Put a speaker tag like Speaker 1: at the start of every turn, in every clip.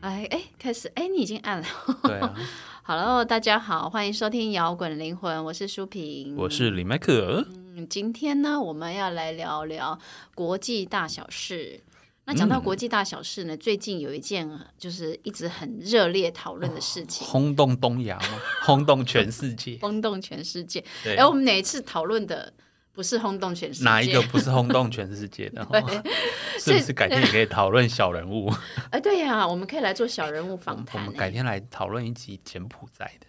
Speaker 1: 哎哎，开始哎，你已经按了。
Speaker 2: 对啊，
Speaker 1: 好喽，大家好，欢迎收听《摇滚灵魂》，我是舒平，
Speaker 2: 我是李麦克。
Speaker 1: 嗯，今天呢，我们要来聊聊国际大小事。那讲到
Speaker 2: 嗯
Speaker 1: 国际大小事呢，最近有一件就是一直很热烈讨论的事情，
Speaker 2: 轰动东亚吗？ 轰动全世界。
Speaker 1: 轰动全世界。
Speaker 2: 对
Speaker 1: 哎，我们哪一次讨论的不是轰动全世界？
Speaker 2: 哪一个？不是轰动全世 界的？是
Speaker 1: 所以
Speaker 2: 不是改天也可以讨论小人物？
Speaker 1: 哎，对呀、我们可以来做小人物
Speaker 2: 我
Speaker 1: 访
Speaker 2: 们我
Speaker 1: 谈哎
Speaker 2: 们。改天来讨论一集柬埔寨的。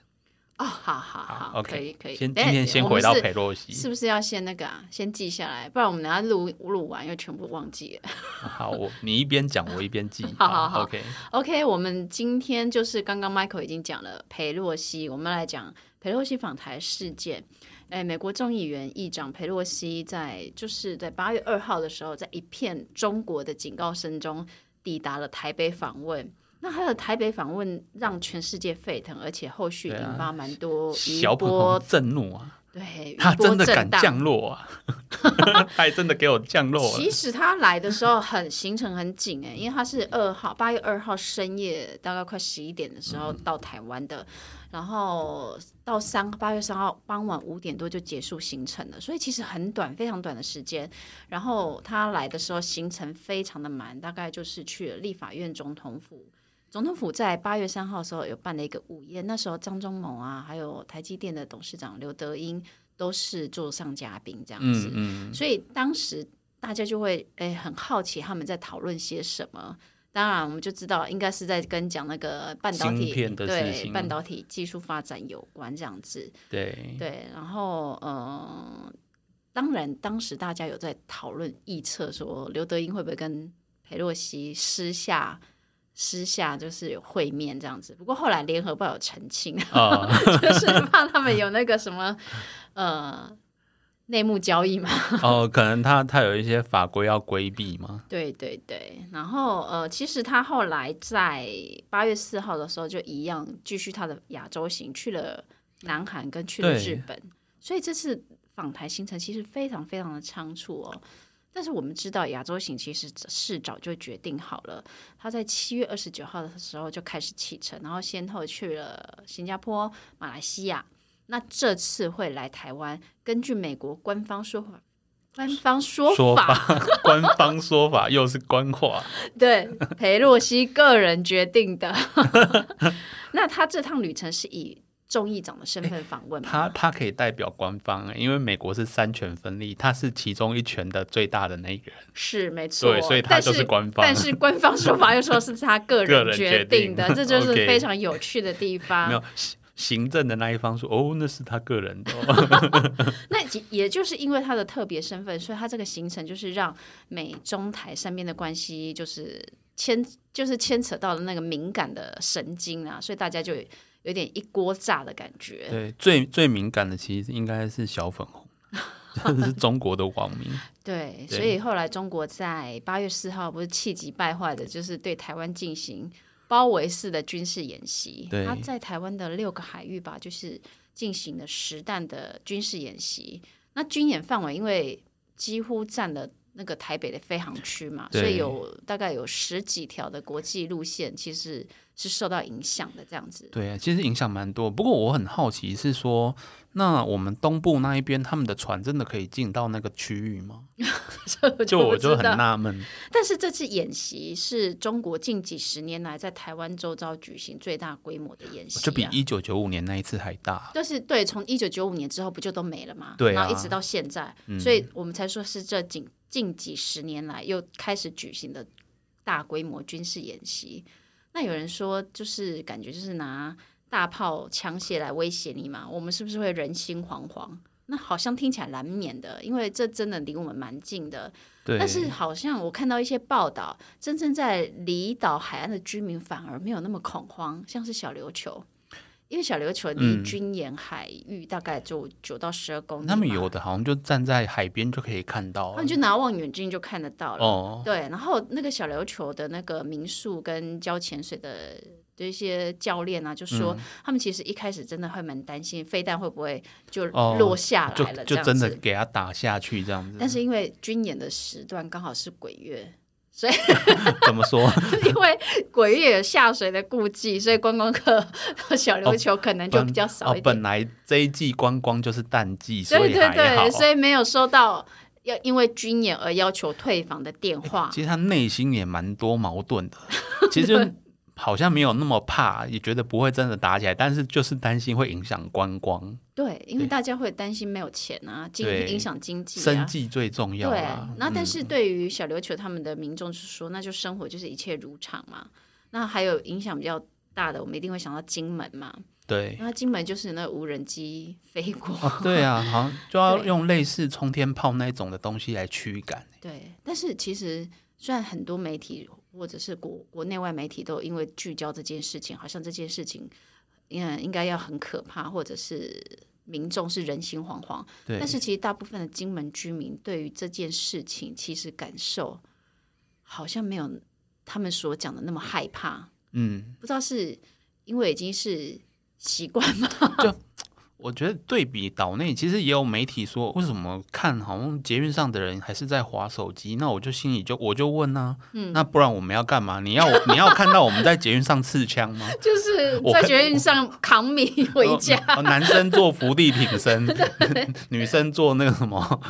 Speaker 1: 哦，好好好可以
Speaker 2: ，OK，
Speaker 1: 可以。
Speaker 2: 先
Speaker 1: 哎
Speaker 2: 今天先
Speaker 1: 我们
Speaker 2: 回到
Speaker 1: 是
Speaker 2: 裴洛
Speaker 1: 是
Speaker 2: 西。
Speaker 1: 不是要先那个啊？先记下来，不然我们等下录录完又全部忘记了。。
Speaker 2: 好，我你一边讲，我一边记
Speaker 1: 好好好
Speaker 2: o k
Speaker 1: OK，我们今天就是刚刚 Michael 已经讲了裴洛西，我们来讲裴洛西访台事件。哎，美国众议员议长裴洛西在就是在八月二号的时候，在一片中国的警告声中抵达了台北访问。那他的台北访问让全世界沸腾，而且后续
Speaker 2: 对啊
Speaker 1: 引发蛮多余
Speaker 2: 小粉
Speaker 1: 波
Speaker 2: 红震怒啊，
Speaker 1: 对
Speaker 2: 他
Speaker 1: 余波
Speaker 2: 真的
Speaker 1: 震
Speaker 2: 敢
Speaker 1: 荡。
Speaker 2: 降落啊！ 他还真的给我降落啊了
Speaker 1: 其。实他来的时候很行程很紧哎、因为他是二号八月二号深夜大概快十一点的时候到台湾的，然后到三八月三号傍晚五点多就结束行程了，所以其实很短，非常短的时间。然后他来的时候行程非常的满，大概就是去了立法院总统府。总统府在八月三号的时候有办了一个午宴，那时候张忠谋啊，还有台积电的董事长刘德英都是座上嘉宾这样子。
Speaker 2: 嗯嗯，
Speaker 1: 所以当时大家就会诶很好奇他们在讨论些什么。当然，我们就知道应该是在跟讲那个半导体
Speaker 2: 芯片的事
Speaker 1: 对
Speaker 2: 情
Speaker 1: 半导体技术发展有关这样子。
Speaker 2: 对，
Speaker 1: 对，然后嗯、呃当然当时大家有在讨论臆测说刘德英会不会跟裴洛西私下。私下就是有会面这样子，不过后来联合报有澄清，
Speaker 2: 啊，
Speaker 1: 就是怕他们有那个什么呃内幕交易嘛，
Speaker 2: 哦，可能他他有一些法规要规避嘛。
Speaker 1: 对对对，然后呃，其实他后来在八月四号的时候就一样继续他的亚洲行，去了南韩跟去了
Speaker 2: 对
Speaker 1: 日本，所以这次访台行程其实非常非常的仓促哦。但是我们知道亚洲行其实是早就决定好了，他在七月二十九号的时候就开始启程，然后先后去了新加坡、马来西亚。那这次会来台湾，根据美国官方说法，官方说
Speaker 2: 说法， 官方说法又是官话。
Speaker 1: 对，裴洛西个人决定的。 那他这趟旅程是以众议长的身份访问吗？
Speaker 2: 他他可以代表官方、欸，因为美国是三权分立，他是其中一权的最大的那一个人。
Speaker 1: 是没错，
Speaker 2: 对所以他
Speaker 1: 但
Speaker 2: 就是官方
Speaker 1: 但是官方说法又说是他个
Speaker 2: 个
Speaker 1: 人
Speaker 2: 人
Speaker 1: 决
Speaker 2: 决
Speaker 1: 定
Speaker 2: 定
Speaker 1: 的，这就是
Speaker 2: OK
Speaker 1: 非常有趣的地方。
Speaker 2: 没有行行政的那一方说，哦，那是他个人的哦、
Speaker 1: 那也也就是因为他的特别身份，所以他这个行程就是让美中台三边的关系就是牵就是牵扯到了那个敏感的神经啊，所以大家就有有点一锅炸的感觉。
Speaker 2: 对，最最敏感的其实应该是小粉红， 这是中国的网 民。
Speaker 1: 对，
Speaker 2: 对
Speaker 1: 所以后来中国在八月四号不是气急败坏的，就是对台湾进行包围式的军事演习。
Speaker 2: 对
Speaker 1: 他在台湾的六个海域吧，就是进行了实弹的军事演习。那军演范围因为几乎占了那个台北的飞航区嘛，
Speaker 2: 对
Speaker 1: 所以有大概有十几条的国际路线其实是受到影响的。这样子，
Speaker 2: 对啊，其实影响蛮多。不过我很好奇是说，那我们东部那一边他们的船真的可以进到那个区域吗？ 就
Speaker 1: 不
Speaker 2: 我就
Speaker 1: 知
Speaker 2: 很
Speaker 1: 道
Speaker 2: 纳闷。
Speaker 1: 但是这次演习是中国近几十年来在台湾周遭举行最大规模的演习、啊，
Speaker 2: 就比一九九五年那一次还大。
Speaker 1: 就是对，从一九九五年之后不就都没了嘛？
Speaker 2: 对啊嗯
Speaker 1: 然后一直到现在，所以我们才说是这近近几十年来又开始举行的大规模军事演习。那有人说，就是感觉就是拿大炮、枪械来威胁你嘛？我们是不是会人心惶惶？那好像听起来难免的，因为这真的离我们蛮近的。
Speaker 2: 对，
Speaker 1: 但是好像我看到一些报道，真正在离岛海岸的居民反而没有那么恐慌，像是小琉球，因为小琉球离
Speaker 2: 嗯
Speaker 1: 军演海域大概就九到十二公里嘛，
Speaker 2: 他们有的好像就站在海边就可以看到啊
Speaker 1: 他。们就拿望远镜就看得到了。
Speaker 2: 哦，
Speaker 1: 对，然后那个小琉球的那个民宿跟教潜水的这些教练啊，就说、
Speaker 2: 嗯
Speaker 1: 他们其实一开始真的会蛮担心飞弹会不会就
Speaker 2: 哦
Speaker 1: 落下
Speaker 2: 就
Speaker 1: 来了，这
Speaker 2: 就
Speaker 1: 样
Speaker 2: 真的
Speaker 1: 子
Speaker 2: 给他打下去这样子。
Speaker 1: 但是因为军演的时段刚好是鬼月，所以
Speaker 2: 怎么说？
Speaker 1: 因为鬼月有下水的顾忌，所以观光客小琉球可能就比较少
Speaker 2: 哦
Speaker 1: 一，点。
Speaker 2: 本来这一季观光就是淡季，所
Speaker 1: 对
Speaker 2: 以
Speaker 1: 对
Speaker 2: 还好。
Speaker 1: 对，所以没有收到要因为军演而要求退房的电话。
Speaker 2: 其实他内心也蛮多矛盾 的，其实就好像没有那么怕，也觉得不会真的打起来，但是就是担心会影响观光，
Speaker 1: 对，因为
Speaker 2: 对
Speaker 1: 大家会担心没有钱啊，经
Speaker 2: 对
Speaker 1: 影响经济
Speaker 2: 生
Speaker 1: 啊。
Speaker 2: 计最重要
Speaker 1: 对
Speaker 2: 啊。，
Speaker 1: 那但
Speaker 2: 嗯
Speaker 1: 是对于小琉球他们的民众是说，那就生活就是一切如常嘛。那还有影响比较大的，我们一定会想到金门嘛。
Speaker 2: 对。
Speaker 1: 那金门就是那无人机飞过，
Speaker 2: 哦，对啊，好像就要
Speaker 1: 对
Speaker 2: 用类似冲天炮那种的东西来驱赶。
Speaker 1: 对，但是其实虽然很多媒体或者是国国内外媒体都因为聚焦这件事情，好像这件事情，嗯，应该要很可怕，或者是民众是人心惶惶，
Speaker 2: 对
Speaker 1: 但，是其实大部分的金门居民对于这件事情其实感受好像没有他们所讲的那么害怕，
Speaker 2: 嗯，
Speaker 1: 不知道是因为已经是习惯吗？
Speaker 2: 我觉得对比岛内，其实也有媒体说，为什么看好像捷运上的人还是在划手机？那我就心里就我就问啊，
Speaker 1: 嗯
Speaker 2: 那不然我们要干嘛？你要我 你要看到我们在捷运上刺枪吗？
Speaker 1: 就是
Speaker 2: 我
Speaker 1: 在
Speaker 2: 看
Speaker 1: 捷运上扛米回家，
Speaker 2: 哦男生做伏地挺身， 女生做那个什么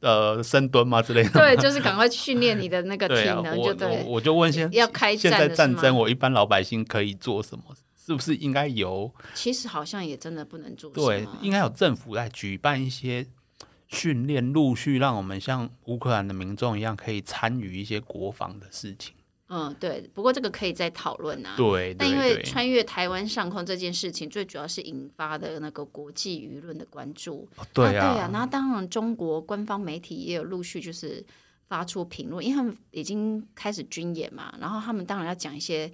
Speaker 2: 呃深蹲吗之类的？
Speaker 1: 对，就是赶快训练你的那个体
Speaker 2: 对啊，
Speaker 1: 能，
Speaker 2: 我
Speaker 1: 就
Speaker 2: 我
Speaker 1: 对。
Speaker 2: 我就问现
Speaker 1: 要开
Speaker 2: 现
Speaker 1: 战了
Speaker 2: 在
Speaker 1: 是
Speaker 2: 战
Speaker 1: 吗
Speaker 2: 争，我一般老百姓可以做什么？是不是应该由
Speaker 1: 其实好像也真的不能啊做什
Speaker 2: 对
Speaker 1: 么。
Speaker 2: 应该有政府来举办一些训练，陆续让我们像乌克兰的民众一样，可以参与一些国防的事情。
Speaker 1: 嗯，对。不过这个可以再讨论啊。
Speaker 2: 对
Speaker 1: 但
Speaker 2: 对
Speaker 1: 因为
Speaker 2: 对，
Speaker 1: 穿越台湾上空这件事情，最主要是引发的那个国际舆论的关注。
Speaker 2: 哦
Speaker 1: 那
Speaker 2: 对
Speaker 1: 对
Speaker 2: 啊，
Speaker 1: 那当然中国官方媒体也有陆续就是发出评论，因为他们已经开始军演嘛，然后他们当然要讲一些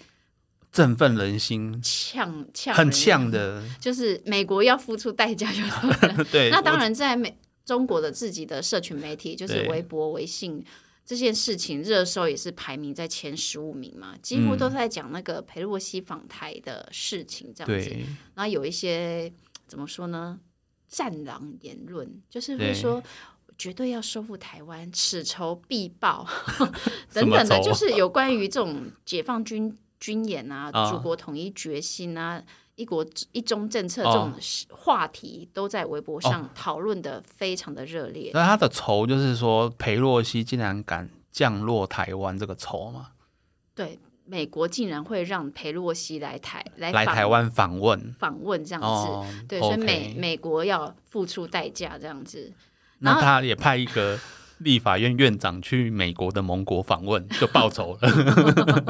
Speaker 2: 振奋人心，
Speaker 1: 呛呛
Speaker 2: 很
Speaker 1: 人
Speaker 2: 呛，的。
Speaker 1: 就是美国要付出代价，就是
Speaker 2: 对，
Speaker 1: 那
Speaker 2: 我
Speaker 1: 当然，在美中国的自己的社群媒体，就是
Speaker 2: 对
Speaker 1: 微博、微信这件事情，热搜也是排名在前十五名嘛，几乎
Speaker 2: 嗯
Speaker 1: 都在讲那个裴洛西访台的事情这样子。
Speaker 2: 对
Speaker 1: 然后有一些怎么说呢，战狼言论，就是会
Speaker 2: 对
Speaker 1: 说。绝对要收复台湾，此仇必 报
Speaker 2: 什
Speaker 1: 等
Speaker 2: 么
Speaker 1: 等的，
Speaker 2: 仇啊
Speaker 1: 就是有关于这种解放军 军演啊、
Speaker 2: 啊
Speaker 1: 祖国统一决心啊、一国一中政
Speaker 2: 啊
Speaker 1: 策这种话题都在微博
Speaker 2: 哦
Speaker 1: 上讨论的非常的热烈。
Speaker 2: 所以他的仇就是说，裴洛西竟然敢降落台湾这个仇嘛，
Speaker 1: 对，美国竟然会让裴洛西来台来
Speaker 2: 来
Speaker 1: 访
Speaker 2: 台湾访问。
Speaker 1: 访问这样子，
Speaker 2: 哦，
Speaker 1: 对，所
Speaker 2: o
Speaker 1: 以
Speaker 2: k
Speaker 1: 美美国要付出代价这样子。然
Speaker 2: 那
Speaker 1: 后
Speaker 2: 他也派一个立法院院长去美国的盟国访问，就 报仇了。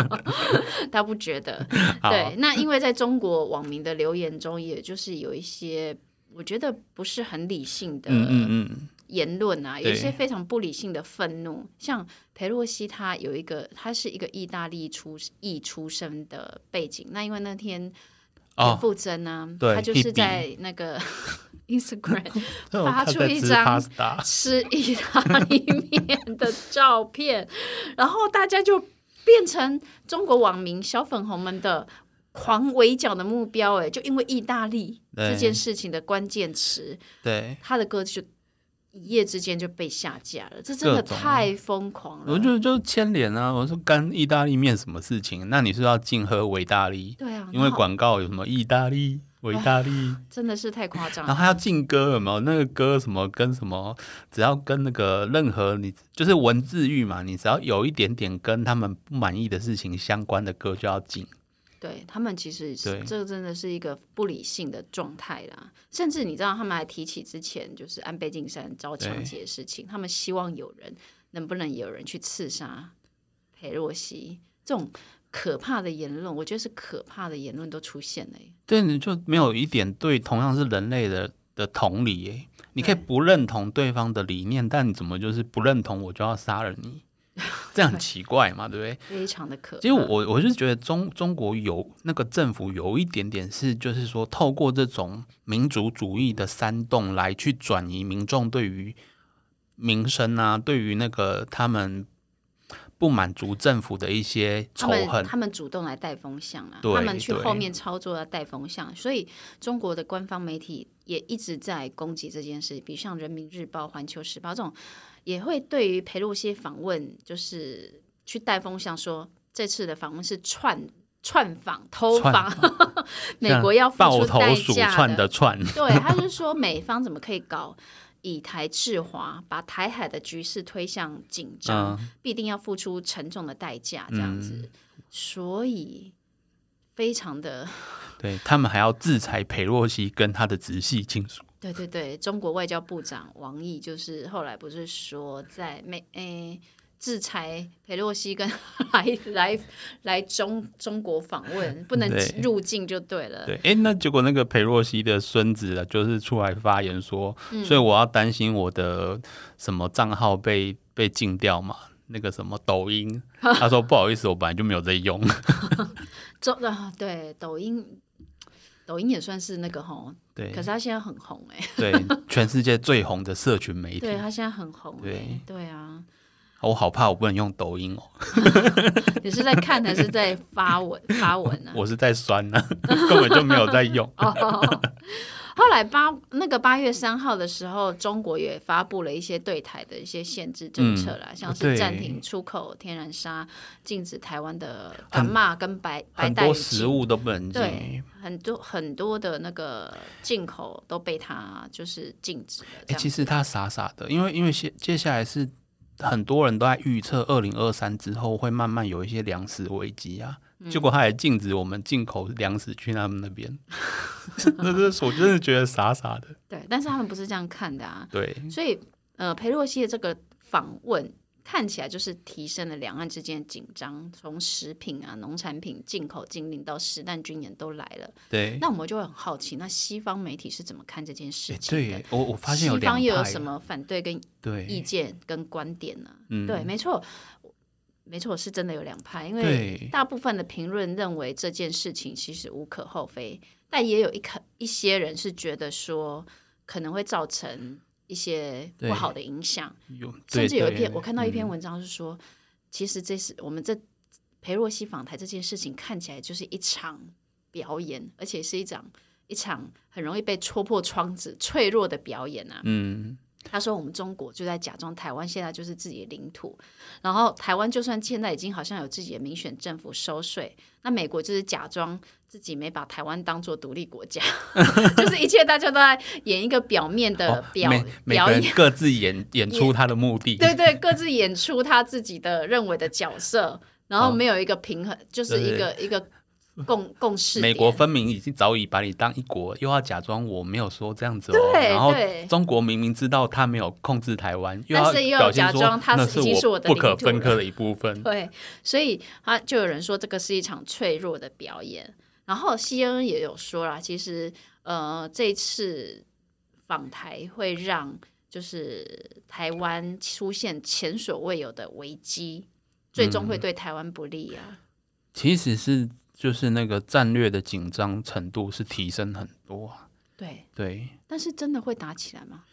Speaker 1: 他不觉 得。
Speaker 2: 好
Speaker 1: 对，那因为在中国网民的留言中，也就是有一些我觉得不是很理性的
Speaker 2: 嗯嗯嗯，
Speaker 1: 言论啊，有一
Speaker 2: 对
Speaker 1: 些非常不理性的愤怒。像裴洛西，他有一个，他是一个意大利出裔出生的背景。那因为那天田
Speaker 2: 哦，
Speaker 1: 馥甄啊，
Speaker 2: 对
Speaker 1: 他就是
Speaker 2: ，hippie
Speaker 1: 在那个 Instagram
Speaker 2: 我
Speaker 1: 发
Speaker 2: 看
Speaker 1: 出
Speaker 2: 在
Speaker 1: 一
Speaker 2: 吃
Speaker 1: 张
Speaker 2: pasta
Speaker 1: 吃意大利面的照片，然后大家就变成中国网民小粉红们的狂围剿的目标。哎，就因为意大利
Speaker 2: 对
Speaker 1: 这件事情的关键词，
Speaker 2: 对，
Speaker 1: 他的歌就一夜之间就被下架了，这真的
Speaker 2: 各种啊
Speaker 1: 太疯狂
Speaker 2: 我
Speaker 1: 了。
Speaker 2: 就就牵连啊，我说干意大利面什么事情？那你是不是要禁喝维大利？
Speaker 1: 对啊，
Speaker 2: 因为
Speaker 1: 然后
Speaker 2: 广告有什么意大利、维大利，
Speaker 1: 真的是太夸张
Speaker 2: 然
Speaker 1: 了。
Speaker 2: 后他要禁歌，有没有？那个歌什么跟什么，只要跟那个任何你就是文字狱嘛，你只要有一点点跟他们不满意的事情相关的歌就要禁。
Speaker 1: 对他们其实是
Speaker 2: 对
Speaker 1: 这个真的是一个不理性的状态啦，甚至你知道他们还提起之前就是安倍晋三遭枪
Speaker 2: 对
Speaker 1: 击的事情，他们希望有人能不能有人去刺杀裴洛西这种可怕的言论，我觉得是可怕的言论都出现了耶。
Speaker 2: 对，你就没有一点对同样是人类的的同理耶。你可以不认同对方的理念，但你怎么就是不认同我就要杀了你？ 这样很奇怪嘛，对不对？
Speaker 1: 非常的可怕。
Speaker 2: 其实我我我是觉得中中国有那个政府有一点点是，就是说透过这种民族主义的煽动来去转移民众对于民生啊，对于那个他们不满足政府的一些
Speaker 1: 他
Speaker 2: 仇
Speaker 1: 们
Speaker 2: 恨。
Speaker 1: 他们主动来带风向啊，
Speaker 2: 对
Speaker 1: 他们去
Speaker 2: 对
Speaker 1: 后面操作要带风向，所以中国的官方媒体也一直在攻击这件事，比如像《人民日报》《环球时报》这种，也会对于裴洛西访问就是去带风向说，这次的访问是串串访、偷
Speaker 2: 串
Speaker 1: 访， 美
Speaker 2: 像
Speaker 1: 国要付
Speaker 2: 抱
Speaker 1: 出
Speaker 2: 头
Speaker 1: 代
Speaker 2: 鼠
Speaker 1: 价
Speaker 2: 窜的窜，
Speaker 1: 对，他就说美方怎么可以搞以台制华，把台海的局势推向紧张，
Speaker 2: 嗯
Speaker 1: 必定要付出沉重的代价，这样子，所以非常的
Speaker 2: 对他们还要制裁裴洛西跟他的直系亲属。
Speaker 1: 对对对，中国外交部长王毅就是后来不是说在美诶、制裁佩洛西跟 来来来中中国访问，不能
Speaker 2: 对
Speaker 1: 入境就对了。
Speaker 2: 对，哎，那结果那个裴洛西的孙子啊，就是出来发言说，
Speaker 1: 嗯
Speaker 2: 所以我要担心我的什么账号被被禁掉嘛。那个什么抖 音，他说不好意思，我本来就没有在用。
Speaker 1: 中啊对抖音，抖音也算是那个吼，
Speaker 2: 对
Speaker 1: 可是他现在很红哎、
Speaker 2: 对，全世界最红的社群媒体
Speaker 1: 对，他现在很红哎、
Speaker 2: 对
Speaker 1: 对啊，
Speaker 2: 我好怕我不能用抖音哦，
Speaker 1: 你是在看还是在发文发文呢、啊
Speaker 2: 我是在酸呢、 根本就没有在用。
Speaker 1: 嗯哦，后来八那个八月三号的时候，中国也发布了一些对台的一些限制政策啦，像是
Speaker 2: 嗯对
Speaker 1: 暂停出口天然砂，禁止台湾的干嘛跟白白
Speaker 2: 很
Speaker 1: 带
Speaker 2: 多
Speaker 1: 鱼
Speaker 2: 食
Speaker 1: 进
Speaker 2: 物都不能
Speaker 1: 对
Speaker 2: 进。，
Speaker 1: 很多很多的那个进口都被它就是禁止了。这
Speaker 2: 哎、
Speaker 1: 样
Speaker 2: 其实他傻傻的，因为因为接接下来是很多人都在预测二零二三之后会慢慢有一些粮食危机啊，
Speaker 1: 嗯
Speaker 2: 结果他还禁止我们进口粮食去他们那边，那是我 真的觉得傻傻的。
Speaker 1: 对，但是他们不是这样看的啊，
Speaker 2: 对，
Speaker 1: 所以呃，佩洛西的这个访问看起来就是提升了两岸之间的紧张，从食品啊、农产品进口禁令到实弹军演都来了。
Speaker 2: 对，
Speaker 1: 那我们就会很好奇，那西方媒体是怎么看这件事
Speaker 2: 哎、
Speaker 1: 情的？
Speaker 2: 对我我发现有
Speaker 1: 西
Speaker 2: 两
Speaker 1: 方
Speaker 2: 派，
Speaker 1: 又有什么反对、跟意
Speaker 2: 对，
Speaker 1: 见、跟观点呢？
Speaker 2: 嗯，
Speaker 1: 对，没错，没错，是真的有两派，因为
Speaker 2: 对，
Speaker 1: 大部分的评论认为这件事情其实无可厚非，但也有一可一些人是觉得说可能会造成一些
Speaker 2: 对
Speaker 1: 不好的影响，
Speaker 2: 有
Speaker 1: 甚
Speaker 2: 对
Speaker 1: 至有一
Speaker 2: 对
Speaker 1: 篇我看到一篇
Speaker 2: 嗯
Speaker 1: 文章是说，其实这是我们这裴若曦访台这件事情看起来就是一场表演，而且是一场一场很容易被戳破窗子、脆弱的表演啊。
Speaker 2: 嗯，
Speaker 1: 他说我们中国就在假装台湾现在就是自己的领土，然后台湾就算现在已经好像有自己的民选政府收税，那美国就是假装自己没把台湾当做独立国家， 就是一切大家都在演一个表面的
Speaker 2: 哦
Speaker 1: 呃表、
Speaker 2: 每每
Speaker 1: 表
Speaker 2: 个
Speaker 1: 演
Speaker 2: 人。各自演演出他的目 的，
Speaker 1: 对对，各自演出他自己的认为的角色，然
Speaker 2: 哦
Speaker 1: 后没有一个平衡，就是一个一个共共识点。
Speaker 2: 美国分明已经早已把你当一国，又要假装我没有说这样子哦。
Speaker 1: 对
Speaker 2: 然后
Speaker 1: 对
Speaker 2: 中国明明知道他没有控制台湾，又
Speaker 1: 但
Speaker 2: 要
Speaker 1: 是又要
Speaker 2: 表现
Speaker 1: 假
Speaker 2: 说
Speaker 1: 装它
Speaker 2: 那
Speaker 1: 是已经是
Speaker 2: 我
Speaker 1: 我的
Speaker 2: 不
Speaker 1: 领
Speaker 2: 可
Speaker 1: 土
Speaker 2: 分
Speaker 1: 了
Speaker 2: 割的一部分。
Speaker 1: 对，所以他就有人说这个是一场脆弱的表演。然后西恩也有说啦，其实呃，这次访台会让就是台湾出现前所未有的危机，最终会对台湾不利啊。
Speaker 2: 其实是就是那个战略的紧张程度是提升很多啊。
Speaker 1: 对，
Speaker 2: 对，
Speaker 1: 但是真的会打起来吗？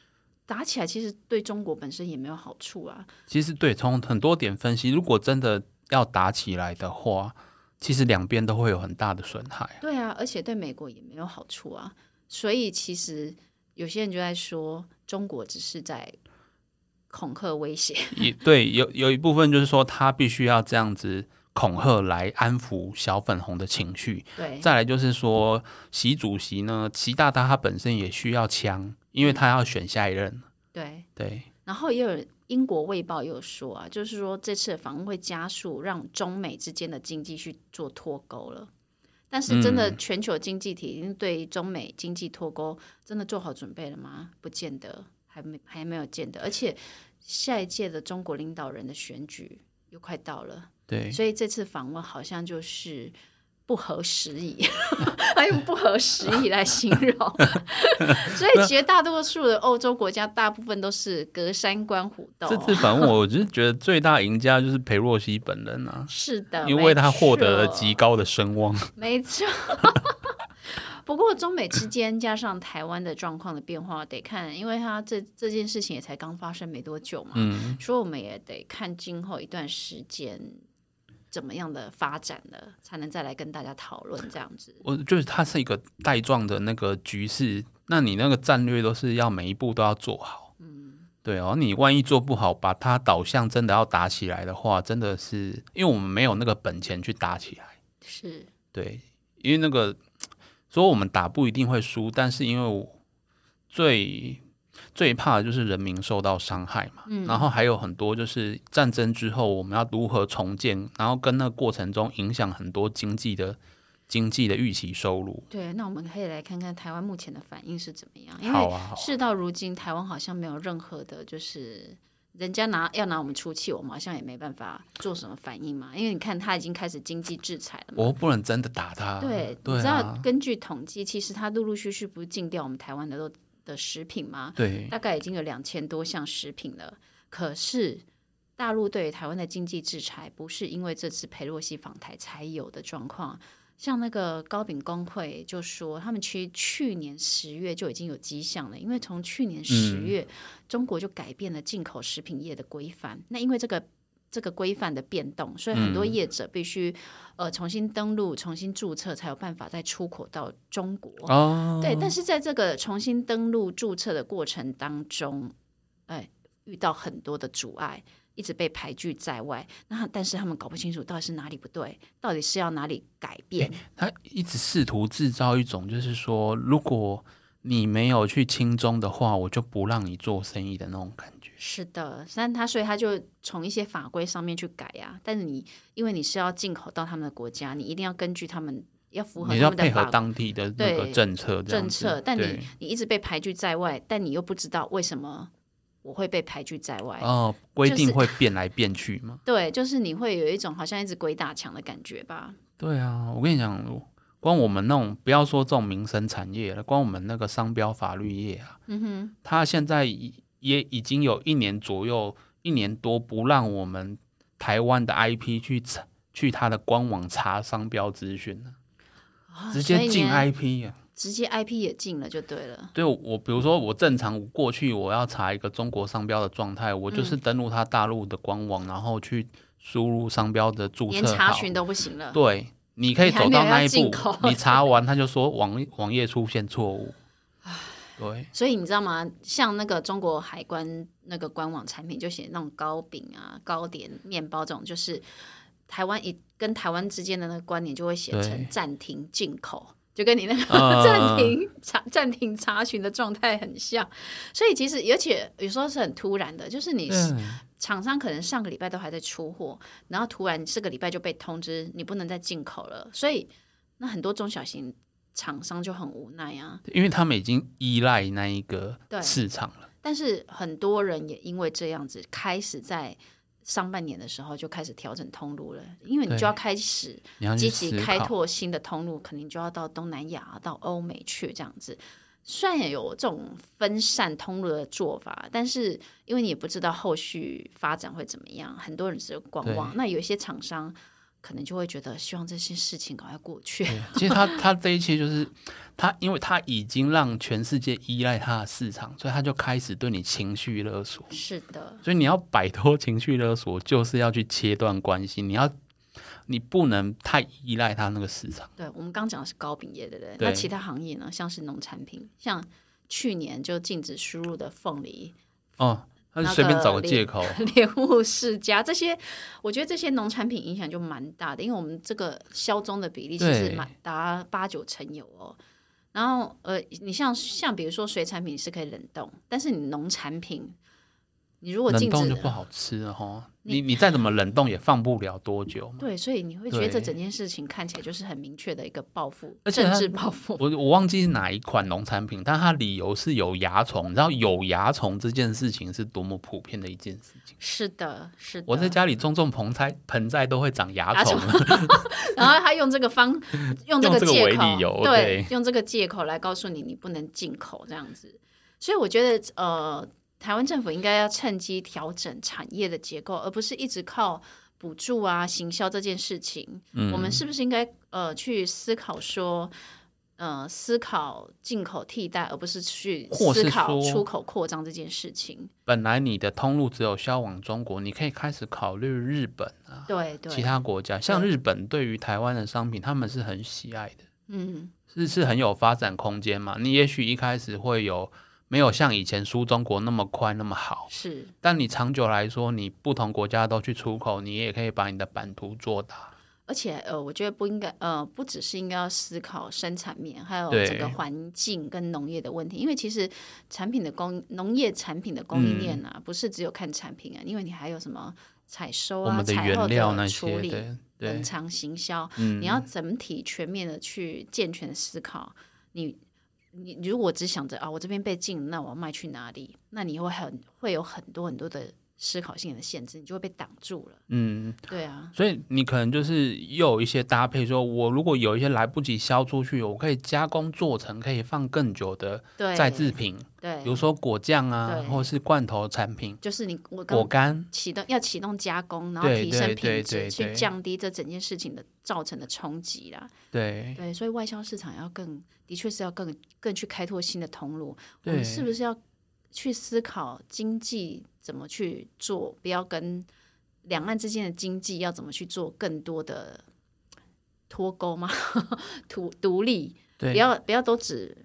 Speaker 1: 打起来其实对中国本身也没有好处啊。
Speaker 2: 其实对，从很多点分析，如果真的要打起来的话，其实两边都会有很大的损害。
Speaker 1: 对啊，而且对美国也没有好处啊。所以其实有些人就在说，中国只是在恐吓威胁。
Speaker 2: 也对，有有一部分就是说，他必须要这样子恐吓来安抚小粉红的情绪。
Speaker 1: 对，
Speaker 2: 再来就是说，习主席呢，习大大他本身也需要枪，因为他要选下一任。
Speaker 1: 对。
Speaker 2: 对，
Speaker 1: 然后也有人英国卫报也有说啊，就是说这次的访问会加速让中美之间的经济去做脱钩了。但是真的全球经济体已经对中美经济脱钩真的做好准备了吗？不见得，还没还没有见得。而且下一届的中国领导人的选举又快到了。
Speaker 2: 对，
Speaker 1: 所以这次访问好像就是不合时宜， 他用不合时宜来形容。 所以绝大多数的欧洲国家，大部分都是隔山观虎斗
Speaker 2: 这
Speaker 1: 哦。
Speaker 2: 次反问我，我就是觉得最大赢家就是裴若曦本人啊，
Speaker 1: 是的，
Speaker 2: 因为他获得了
Speaker 1: 没错
Speaker 2: 极高的声望。
Speaker 1: 呃没错。 不过中美之间加上台湾的状况的变化，得看，因为它这这件事情也才刚发生没多久嘛，
Speaker 2: 嗯，
Speaker 1: 所以我们也得看今后一段时间怎么样的发展了，才能再来跟大家讨论这样子。
Speaker 2: 我就是他是一个带状的那个局势，那你那个战略都是要每一步都要做好。嗯，对哦，你万一做不好，把它导向真的要打起来的话，真的是因为我们没有那个本钱去打起来。
Speaker 1: 是
Speaker 2: 对，因为那个说我们打不一定会输，但是因为我最最怕的就是人民受到伤害嘛。
Speaker 1: 嗯
Speaker 2: 然后还有很多就是战争之后我们要如何重建，然后跟那个过程中影响很多经济的经济的预期收入。
Speaker 1: 对。那我们可以来看看台湾目前的反应是怎么样，因
Speaker 2: 好
Speaker 1: 为
Speaker 2: 啊，好啊
Speaker 1: 事到如今，台湾好像没有任何的，就是人家拿要拿我们出气，我们好像也没办法做什么反应嘛。因为你看，他已经开始经济制裁了嘛。
Speaker 2: 我不能真的打他。
Speaker 1: 对，你
Speaker 2: 对
Speaker 1: 知道
Speaker 2: 啊，
Speaker 1: 根据统计，其实它陆陆续续不是禁掉我们台湾的肉的食品吗？
Speaker 2: 对，
Speaker 1: 大概已经有两千多项食品了。可是大陆对于台湾的经济制裁，不是因为这次佩洛西访台才有的状况。像那个糕饼工会就说，他们其实去年十月就已经有迹象了，因为从去年十月，中国就改变了进口食品业的规范。那因为这个这个规范的变动，所以很多业者必须、呃重新登录、重新注册，才有办法再出口到中国。
Speaker 2: 哦，
Speaker 1: 对，但是在这个重新登录注册的过程当中，哎，遇到很多的阻碍，一直被排拒在外。那但是他们搞不清楚到底是哪里不对，到底是要哪里改变。
Speaker 2: 他一直试图制造一种，就是说，如果你没有去轻中的话，我就不让你做生意的那种感觉。
Speaker 1: 是的，但他所以他就从一些法规上面去改呀、但是你因为你是要进口到他们的国家，你一定要根据他们要符合
Speaker 2: 你
Speaker 1: 他
Speaker 2: 要
Speaker 1: 们的
Speaker 2: 配合
Speaker 1: 法
Speaker 2: 当地的那个
Speaker 1: 对
Speaker 2: 政策这样
Speaker 1: 政
Speaker 2: 子，
Speaker 1: 策，但
Speaker 2: 对
Speaker 1: 你你一直被排拒在外，但你又不知道为什么我会被排拒在外。
Speaker 2: 哦，规
Speaker 1: 哎就是
Speaker 2: 定会变来变去 嘛。
Speaker 1: 对，就是你会有一种好像一直鬼打墙的感觉吧。
Speaker 2: 对啊，我跟你讲，光我们那种不要说这种民生产业了，光我们那个商标法律业啊，嗯哼，它现在已也已经有一年左右，一年多不让我们台湾的 IP 去查去它的官网查商标资讯了，
Speaker 1: 啊
Speaker 2: 直
Speaker 1: 所
Speaker 2: 接
Speaker 1: 以
Speaker 2: 进
Speaker 1: 你
Speaker 2: IP 啊。
Speaker 1: 直接 IP 也进了就对了。
Speaker 2: 对我，比如说我正常我过去我要查一个中国商标的状态，我
Speaker 1: 嗯
Speaker 2: 就是登录它大陆的官网，然后去输入商标的注
Speaker 1: 连
Speaker 2: 册
Speaker 1: 查
Speaker 2: 号。
Speaker 1: 询都不行了，
Speaker 2: 对，你可以
Speaker 1: 你还
Speaker 2: 走
Speaker 1: 没有
Speaker 2: 到那
Speaker 1: 要
Speaker 2: 一
Speaker 1: 进
Speaker 2: 步
Speaker 1: 口，
Speaker 2: 你查完他就说网网页出现错误。对，
Speaker 1: 所以你知道吗？像那个中国海关那个官网产品，就写那种糕饼啊、糕点、面包这种，就是台湾一跟台湾之间的那个关联，就会写
Speaker 2: 对
Speaker 1: 成暂停进口，就跟你那个
Speaker 2: 啊
Speaker 1: 暂停查、暂停查询的状态很像。所以其实，而且有时候是很突然的，就是你
Speaker 2: 嗯，
Speaker 1: 厂商可能上个礼拜都还在出货，然后突然这个礼拜就被通知你不能再进口了，所以那很多中小型厂商就很无奈啊。
Speaker 2: 因为他们已经依赖那一个
Speaker 1: 对
Speaker 2: 市场了。
Speaker 1: 但是很多人也因为这样子，开始在上半年的时候就开始调整通路了，因为你
Speaker 2: 对
Speaker 1: 就要开始
Speaker 2: 你要
Speaker 1: 积
Speaker 2: 去
Speaker 1: 极
Speaker 2: 思
Speaker 1: 开
Speaker 2: 考，
Speaker 1: 拓新的通路，可能就要到东南亚、到欧美去这样子。虽然有这种分散通路的做法，但是因为你也不知道后续发展会怎么样，很多人只是观望。那有一些厂商可能就会觉得，希望这些事情赶快过去。
Speaker 2: 对其实他他这一切就是他，因为他已经让全世界依赖他的市场，所以他就开始对你情绪勒索。
Speaker 1: 是的，
Speaker 2: 所以你要摆脱情绪勒索，就是要去切断关系，你要你不能太依赖他那个市场。
Speaker 1: 对我们刚讲的是糕饼业，对不对？
Speaker 2: 对
Speaker 1: 那其他行业呢？像是农产品，像去年就禁止输入的凤梨，
Speaker 2: 哦，他就随便找个借口，
Speaker 1: 莲雾世家这些，我觉得这些农产品影响就蛮大的，因为我们这个销中的比例其实
Speaker 2: 对
Speaker 1: 蛮达八九成有哦。然后呃，你像像比如说水产品是可以冷冻，但是你农产品，你如果
Speaker 2: 冷
Speaker 1: 禁
Speaker 2: 冻
Speaker 1: 止
Speaker 2: 就不好吃了哈。你你再怎么冷冻也放不了多久嘛。
Speaker 1: 对，所以你会觉得
Speaker 2: 对
Speaker 1: 这整件事情看起来就是很明确的一个报复，
Speaker 2: 而且
Speaker 1: 政
Speaker 2: 它
Speaker 1: 治报复。
Speaker 2: 我我忘记是哪一款农产品，但它理由是有蚜虫。你知道有蚜虫这件事情是多么普遍的一件事情。
Speaker 1: 是的，是的。
Speaker 2: 我在家里种种盆栽，盆栽都会长蚜虫。
Speaker 1: 然后他用这个方，用这个
Speaker 2: 用这个为
Speaker 1: 借口，
Speaker 2: 理由对
Speaker 1: 对，用这个借口来告诉你你不能进口这样子。所以我觉得，呃，台湾政府应该要趁机调整产业的结构，而不是一直靠补助啊、行销这件事情。
Speaker 2: 嗯
Speaker 1: 我们是不是应该呃去思考说？呃，思考进口替代，而不是去
Speaker 2: 或是
Speaker 1: 思考
Speaker 2: 说
Speaker 1: 出口扩张这件事情。
Speaker 2: 本来你的通路只有销往中国，你可以开始考虑日本啊，
Speaker 1: 对对，
Speaker 2: 其他国家。像
Speaker 1: 对
Speaker 2: 日本对于台湾的商品，他们是很喜爱的。
Speaker 1: 嗯，
Speaker 2: 是是很有发展空间嘛。你也许一开始会有没有像以前输中国那么快那么好。
Speaker 1: 是
Speaker 2: 但你长久来说，你不同国家都去出口，你也可以把你的版图做大。
Speaker 1: 而且呃，我觉得不应该呃，不只是应该要思考生产面，还有
Speaker 2: 对
Speaker 1: 整个环境跟农业的问题。因为其实产品的供农业产品的供应
Speaker 2: 嗯
Speaker 1: 链啊，不是只有看产品啊，因为你还有什么采收
Speaker 2: 我
Speaker 1: 啊、
Speaker 2: 们的
Speaker 1: 采
Speaker 2: 原
Speaker 1: 后
Speaker 2: 料那
Speaker 1: 的处
Speaker 2: 些，
Speaker 1: 理、
Speaker 2: 对对嗯
Speaker 1: 冷，藏行销，你要整体全面的去健全思考。你你如果只想着啊，我这边被禁，那我要卖去哪里？那你会很会有很多很多的思考性的限制，你就会被挡住了。
Speaker 2: 嗯，
Speaker 1: 对啊，
Speaker 2: 所以你可能就是又有一些搭配说，我如果有一些来不及销出去，我可以加工做成可以放更久的
Speaker 1: 对，
Speaker 2: 再制品，
Speaker 1: 对
Speaker 2: 比，如说果酱啊
Speaker 1: 对，
Speaker 2: 或是罐头产品、
Speaker 1: 就是你我刚
Speaker 2: 果干。
Speaker 1: 启动要启动加工，然后
Speaker 2: 对
Speaker 1: 提升
Speaker 2: 对对
Speaker 1: 品
Speaker 2: 对
Speaker 1: 质，去
Speaker 2: 对
Speaker 1: 降低这整件事情的造成的冲击啦。
Speaker 2: 对，
Speaker 1: 对，所以外销市场要更，的确是要更更去开拓新的通路。我
Speaker 2: 对
Speaker 1: 们是不是要去思考经济怎么去做，不要跟两岸之间的经济要怎么去做更多的脱钩吗？ 独独立，
Speaker 2: 对
Speaker 1: 不要不要都只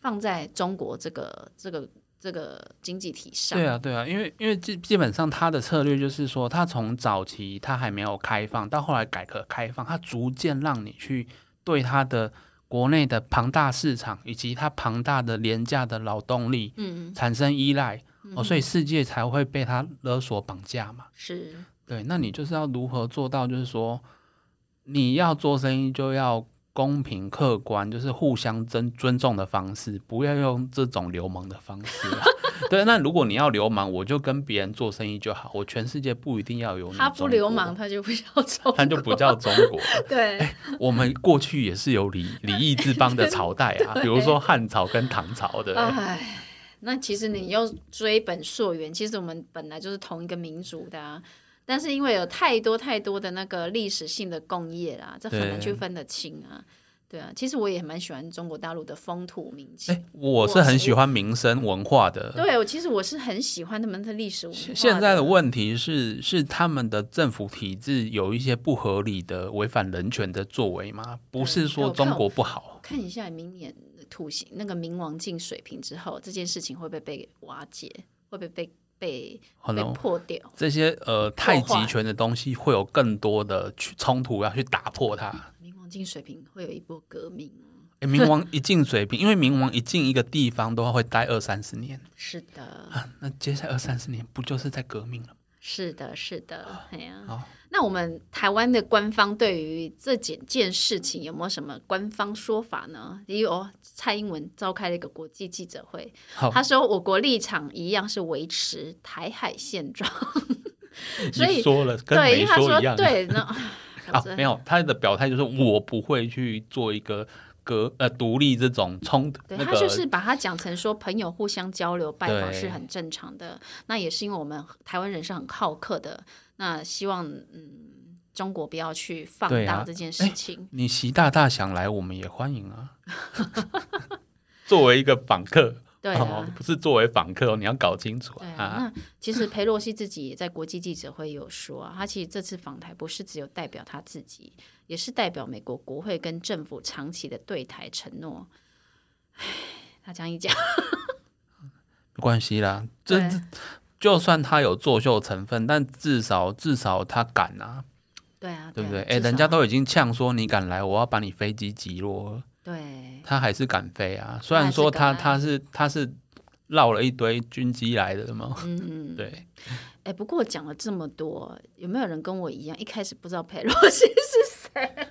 Speaker 1: 放在中国这个这个这个经济体上。
Speaker 2: 对啊，对啊，因为因为基基本上他的策略就是说，他从早期他还没有开放，到后来改革开放，他逐渐让你去对他的国内的庞大市场以及他庞大的廉价的劳动力
Speaker 1: 嗯，
Speaker 2: 产生依赖、哦，所以世界才会被他勒索绑架嘛。
Speaker 1: 是。
Speaker 2: 对，那你就是要如何做到，就是说你要做生意就要。公平客观，就是互相尊尊重的方式，不要用这种流氓的方式啊、 对，那如果你要流氓，我就跟别人做生意就好，我全世界不一定要有你。
Speaker 1: 他不流氓，，他就不 叫中
Speaker 2: 他就不叫中国。
Speaker 1: 对
Speaker 2: 我们过去也是有礼礼义之邦的朝代啊，比如说汉朝跟唐朝的。
Speaker 1: 哎，那其实你要追本溯源，其实我们本来就是同一个民族的啊。但是因为有太多太多的那个历史性的共业啦，这很难
Speaker 2: 对
Speaker 1: 去分得清啊。对啊，其实我也蛮喜欢中国大陆的风土民情。
Speaker 2: 哎，我是很喜欢民生文化的。
Speaker 1: 对，我其实我是很喜欢他们的历史文化的。
Speaker 2: 现在的问题是，是他们的政府体制有一些不合理的、违反人权的作为吗？不是说
Speaker 1: 对我看
Speaker 2: 中国不好，
Speaker 1: 看一下明年土星那个冥王镜水平之后，这件事情会不会被瓦解？会不会被被
Speaker 2: 可
Speaker 1: 被
Speaker 2: 能
Speaker 1: 破掉？
Speaker 2: 这些呃太
Speaker 1: 破坏
Speaker 2: 极拳的东西会有更多的去冲突要去打破它。
Speaker 1: 冥王镜水平会有一波革命哦。
Speaker 2: 欸、冥王一进水平，因为冥王一进一个地方都会待二三十年，
Speaker 1: 是 的，
Speaker 2: 那接下来二三十年不就是在革命了吗？
Speaker 1: 是的，是的，哎呀、
Speaker 2: 好
Speaker 1: 那我们台湾的官方对于这几件事情有没有什么官方说法呢？也有蔡英文召开了一个国际记者会，
Speaker 2: 好，
Speaker 1: 他说我国立场一样是维持台海现状。所以
Speaker 2: 你说了跟
Speaker 1: 对，因
Speaker 2: 没
Speaker 1: 为他
Speaker 2: 说
Speaker 1: 说
Speaker 2: 一样
Speaker 1: 对， 那
Speaker 2: 啊，没有他的表态就是我不会去做一个革呃独立这种冲突，
Speaker 1: 对
Speaker 2: 那
Speaker 1: 他
Speaker 2: 个
Speaker 1: 就是把它讲成说朋友互相交流拜访
Speaker 2: 对
Speaker 1: 是很正常的，那也是因为我们台湾人是很好客的，那希望嗯中国不要去放
Speaker 2: 对啊
Speaker 1: 大这件事情。
Speaker 2: 你习大大想来，我们也欢迎啊。 作为一个访客，
Speaker 1: 对
Speaker 2: 哦
Speaker 1: 啊，，
Speaker 2: 不是作为访客哦，你要搞清楚
Speaker 1: 对
Speaker 2: 啊。
Speaker 1: 啊。那其实裴洛西自己也在国际记者会有说啊，他其实这次访台不是只有代表他自己，也是代表美国国会跟政府长期的对台承诺。唉，他这样一讲，
Speaker 2: 没关系啦，这
Speaker 1: 对
Speaker 2: 这就算他有作秀成分，但至少至少他敢啊，
Speaker 1: 对啊，
Speaker 2: 对不对？
Speaker 1: 对啊？
Speaker 2: 哎、
Speaker 1: 至
Speaker 2: 人家
Speaker 1: 少
Speaker 2: 都已经呛说你敢来，我要把你飞机击落了，
Speaker 1: 对
Speaker 2: 他还是敢飞啊。虽然说他
Speaker 1: 他
Speaker 2: 他是他是绕了一堆军机来的嘛，嗯嗯， 对，
Speaker 1: 哎，不过讲了这么多，有没有人跟我一样一开始不知道佩洛西是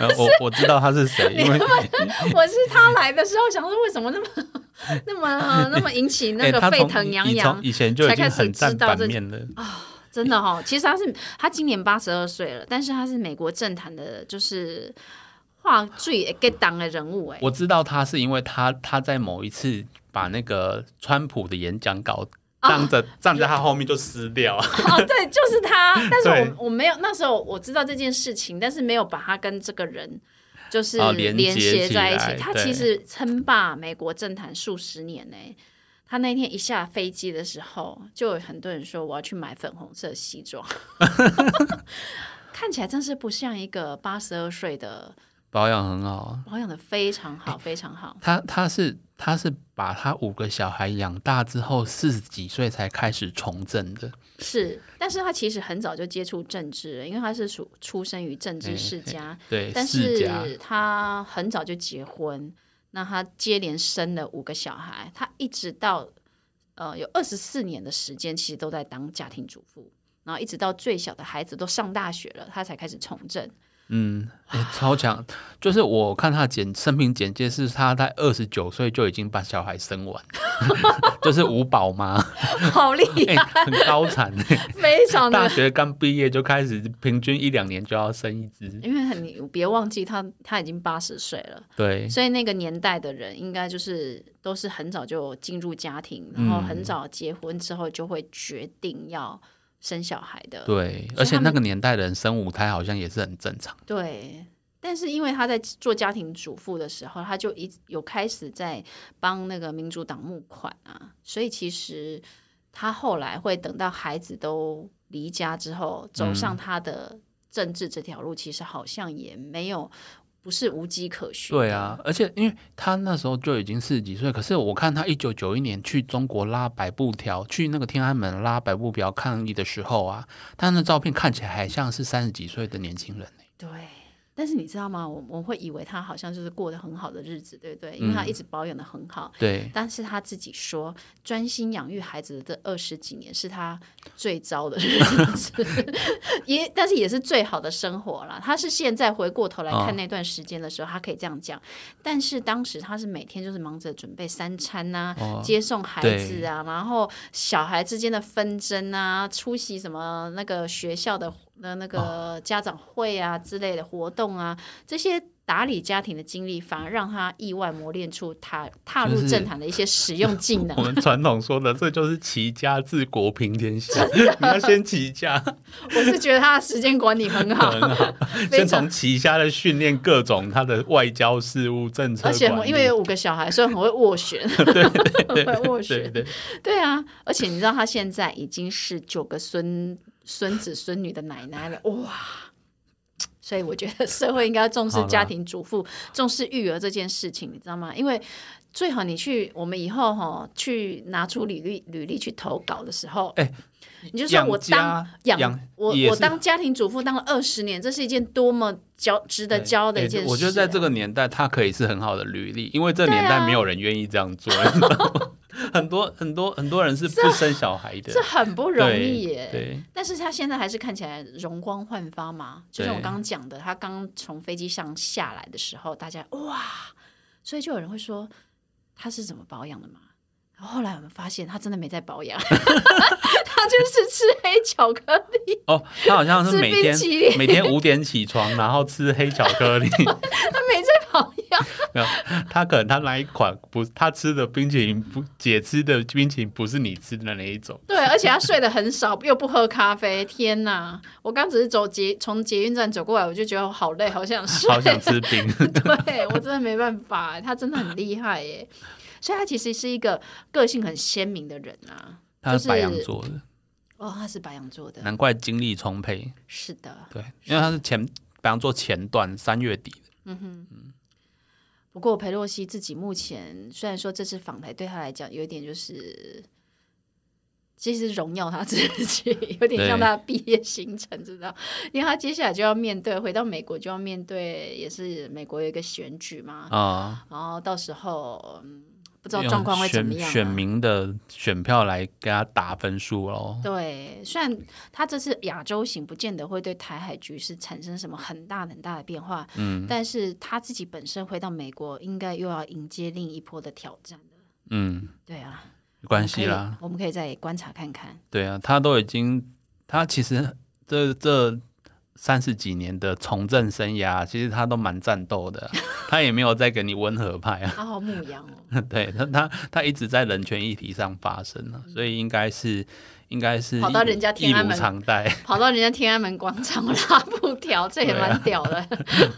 Speaker 2: 呃我我知道他 是谁，因为
Speaker 1: 谁？我是他来的时候想说，为什么那么那么那么引起那
Speaker 2: 哎
Speaker 1: 个
Speaker 2: 他
Speaker 1: 沸
Speaker 2: 从
Speaker 1: 腾
Speaker 2: 以
Speaker 1: 洋
Speaker 2: 以
Speaker 1: 洋
Speaker 2: 从？以前就已
Speaker 1: 才开
Speaker 2: 经
Speaker 1: 始
Speaker 2: 很
Speaker 1: 知
Speaker 2: 占
Speaker 1: 道
Speaker 2: 版
Speaker 1: 这
Speaker 2: 面了，
Speaker 1: 真的哦，其实他是他今年八十二岁了，但是他是美国政坛的，就是话最 get 党的人物哎。
Speaker 2: 我知道他是因为他他在某一次把那个川普的演讲稿当着、站在他后面就撕掉，
Speaker 1: 哦，对，就是 他，但是
Speaker 2: 对
Speaker 1: 我我没有那时候我知道这件事情，但是没有把他跟这个人就是
Speaker 2: 哦连接
Speaker 1: 连接在一
Speaker 2: 起
Speaker 1: 起。
Speaker 2: 来
Speaker 1: 他
Speaker 2: 对
Speaker 1: 其实称霸美国政坛数十年呢、他那天一下飞机的时候，就有很多人说我要去买粉红色 西装，看起来真是不像一个八十二岁的
Speaker 2: 保养很好啊。
Speaker 1: 保养的非常好，非常好。
Speaker 2: 他他是他是把他五个小孩养大之后，四十几岁才开始从政的。
Speaker 1: 是，但是他其实很早就接触政治了，因为他是属出生于政治世家，
Speaker 2: 哎对，
Speaker 1: 但
Speaker 2: 世家
Speaker 1: 是他很早就结婚，那他接连生了五个小孩，他一直到呃有二十四年的时间，其实都在当家庭主妇，然后一直到最小的孩子都上大学了，他才开始从政。
Speaker 2: 嗯，欸超强。就是我看他简生平简介是他在二十九岁就已经把小孩生完， 就是五宝妈，
Speaker 1: 好 厉
Speaker 2: 欸
Speaker 1: 害，
Speaker 2: 很 高产、
Speaker 1: 哦
Speaker 2: 欸。
Speaker 1: 非常
Speaker 2: 大
Speaker 1: 的。
Speaker 2: 学刚毕业就开始，平均一两年就要生一只。
Speaker 1: 因为很，你别忘记他他已经八十岁了，
Speaker 2: 对，
Speaker 1: 所以那个年代的人应该就是都是很早就进入家庭，然后
Speaker 2: 嗯
Speaker 1: 很早结婚之后就会决定要生小孩的。
Speaker 2: 对，
Speaker 1: 呃所以
Speaker 2: 而且
Speaker 1: 他
Speaker 2: 那
Speaker 1: 们
Speaker 2: 个年代的人生五胎好像也是很正常。
Speaker 1: 对，但是因为他在做家庭主妇的时候，他就一有开始在帮那个民主党募款啊，所以其实他后来会等到孩子都离家之后，走
Speaker 2: 嗯
Speaker 1: 上他的政治这条路，其实好像也没有不是无迹可寻。
Speaker 2: 对，啊，而且因为他那时候就已经四十几岁，可是我看他一九九一年去中国拉百步条，去那个天安门拉百步条抗议的时候啊，他那照片看起来还像是三十几岁的年轻人、欸、
Speaker 1: 对。但是你知道吗？我我会以为他好像就是过得很好的日子，对不对？因为
Speaker 2: 嗯
Speaker 1: 他一直保养的很好，
Speaker 2: 对，
Speaker 1: 但是他自己说，专心养育孩子的这二十几年是他最糟的日子， 也但是也是最好的生活啦。他是现在回过头来
Speaker 2: 啊
Speaker 1: 看那段时间的时候，他可以这样讲，但是当时他是每天就是忙着准备三餐呐、
Speaker 2: 哦
Speaker 1: 接送孩子啊，然后小孩之间的纷争啊，出席什么那个学校的呃那那
Speaker 2: 哦
Speaker 1: 个家长会啊之类的活动啊，这些打理家庭的经历，反而让他意外磨练出他踏入政坛的一些实用技能。
Speaker 2: 我们传统说的这就是齐家治国平天 下，你要先齐家，
Speaker 1: 我是觉得他的时间管理很好，
Speaker 2: 很 好，
Speaker 1: 非
Speaker 2: 先
Speaker 1: 常
Speaker 2: 从。齐家的训练各种他的外交事务政策
Speaker 1: 而
Speaker 2: 管理，
Speaker 1: 且我因为有五个小孩，所以很会斡 旋， 很会斡
Speaker 2: 对
Speaker 1: 旋。
Speaker 2: 对，
Speaker 1: 对啊，而且你知道她现在已经是九个孙孙子孙女的奶奶了，哇！所以我觉得社会应该重视
Speaker 2: 好啦
Speaker 1: 家庭主妇、重视育儿这件事情，你知道吗？因为最好你去我们以后哈、去拿出履历履历去投稿的时候，
Speaker 2: 哎
Speaker 1: 你就说我当
Speaker 2: 养家
Speaker 1: 养
Speaker 2: 养
Speaker 1: 我
Speaker 2: 也
Speaker 1: 我
Speaker 2: 是
Speaker 1: 当家庭主妇当了二十年，这是一件多么教值得教的一
Speaker 2: 对
Speaker 1: 件事、欸啊
Speaker 2: 我觉得在这个年代，它可以是很好的履历，因为这年代没有人愿
Speaker 1: 啊
Speaker 2: 意这样做，你知道吗很多很多很多人是不生小孩的，
Speaker 1: 这很不容易耶。
Speaker 2: 对对
Speaker 1: 但是他现在还是看起来容光焕发嘛，就像我
Speaker 2: 对
Speaker 1: 刚刚讲的，他刚从飞机上下来的时候，大家哇，所以就有人会说他是怎么保养的嘛？然后后来我们发现他真的没在保养， 他就是吃黑巧克力，
Speaker 2: 哦，他好像是
Speaker 1: 吃
Speaker 2: 每
Speaker 1: 冰
Speaker 2: 天
Speaker 1: 淇淋
Speaker 2: 每天五点起床，然后吃黑巧克力，
Speaker 1: 他没在保养。
Speaker 2: 没有他可能他那一款不，他吃的冰淇淋不姐吃的冰淇淋不是你吃的那一种，
Speaker 1: 对，而且他睡得很少，又不喝咖啡，天哪！我刚只是走捷从捷运站走过来，我就觉得我好累，好想睡，
Speaker 2: 好想吃 冰，
Speaker 1: 对我真的没办法，欸他真的很厉害耶。所以他其实是一个个性很鲜明的人啊。
Speaker 2: 他是白羊座的，
Speaker 1: 哦，他是白羊座的，
Speaker 2: 难怪精力充沛，
Speaker 1: 是的。
Speaker 2: 对，因为他是前白羊座前段三月底的，
Speaker 1: 不过裴洛西自己目前虽然说这次访台对他来讲有一点就是，其实荣耀他自己，有点像他的毕业行程，知道？因为他接下来就要面对，回到美国就要面对，也是美国有一个选举嘛，
Speaker 2: 啊。
Speaker 1: 然后到时候嗯，不知道
Speaker 2: 用
Speaker 1: 状况会怎么样、
Speaker 2: 选
Speaker 1: 啊
Speaker 2: 选民的选票来给他打分数喽。
Speaker 1: 对，虽然他这次亚洲行不见得会对台海局势产生什么很大很大的变化，嗯，但是他自己本身回到美国，应该又要迎接另一波的挑战了。
Speaker 2: 嗯，
Speaker 1: 对啊，
Speaker 2: 没关
Speaker 1: 可
Speaker 2: 系
Speaker 1: 以
Speaker 2: 啦。，
Speaker 1: 我们可以再观察看看。
Speaker 2: 对啊，他都已经，他其实这这三十几年的从政生涯，其实他都蛮战斗的啊，他也没有在给你温和派啊。
Speaker 1: 他好牧羊哦，
Speaker 2: 对他，他他一直在人权议题上发声啊，所以应该是应该是
Speaker 1: 跑到人家
Speaker 2: 一
Speaker 1: 天安
Speaker 2: 如
Speaker 1: 门
Speaker 2: 常态，
Speaker 1: 跑到人家天安门广场拉布条，这也
Speaker 2: 对啊
Speaker 1: 蛮屌的。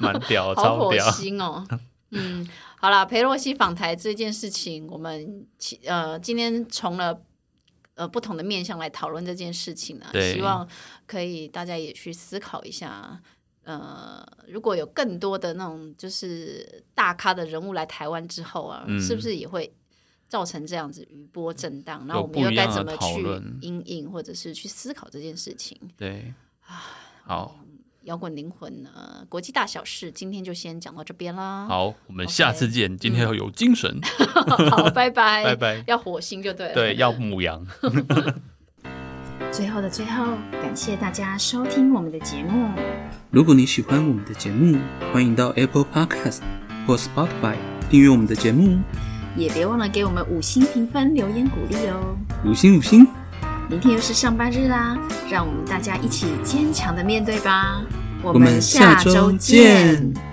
Speaker 2: 蛮屌，
Speaker 1: 好
Speaker 2: 超
Speaker 1: 火
Speaker 2: 屌。
Speaker 1: 星哦。嗯，好啦，裴洛西访台这件事情，我们其呃今天从了呃不同的面向来讨论这件事情啊，
Speaker 2: 对
Speaker 1: 希望可以大家也去思考一下。呃，如果有更多的那种就是大咖的人物来台湾之后啊，
Speaker 2: 嗯
Speaker 1: 是不是也会造成这样子余波震荡？然后
Speaker 2: 有
Speaker 1: 我们
Speaker 2: 不
Speaker 1: 又
Speaker 2: 一
Speaker 1: 该
Speaker 2: 样的
Speaker 1: 怎么
Speaker 2: 讨
Speaker 1: 去
Speaker 2: 论
Speaker 1: 应应，或者是去思考这件事情？
Speaker 2: 对，
Speaker 1: 啊
Speaker 2: 好
Speaker 1: 摇滚灵魂呢，国际大小事，今天就先讲到这边啦。
Speaker 2: 好，我们下次见。今
Speaker 1: 嗯
Speaker 2: 天要有精神，
Speaker 1: 好，拜拜，
Speaker 2: 拜拜。
Speaker 1: 要火星就对了。
Speaker 2: 对，要母羊。
Speaker 3: 最后的最后，感谢大家收听我们的节目。
Speaker 4: 如果你喜欢我们的节目，欢迎到 Apple Podcast 或 Spotify 订阅我们的节目，
Speaker 3: 也别忘了给我们五星评分、留言鼓励哦。
Speaker 4: 五星五星。
Speaker 3: 明天又是上班日啦，让我们大家一起坚强的面对吧。我
Speaker 4: 我们下周见。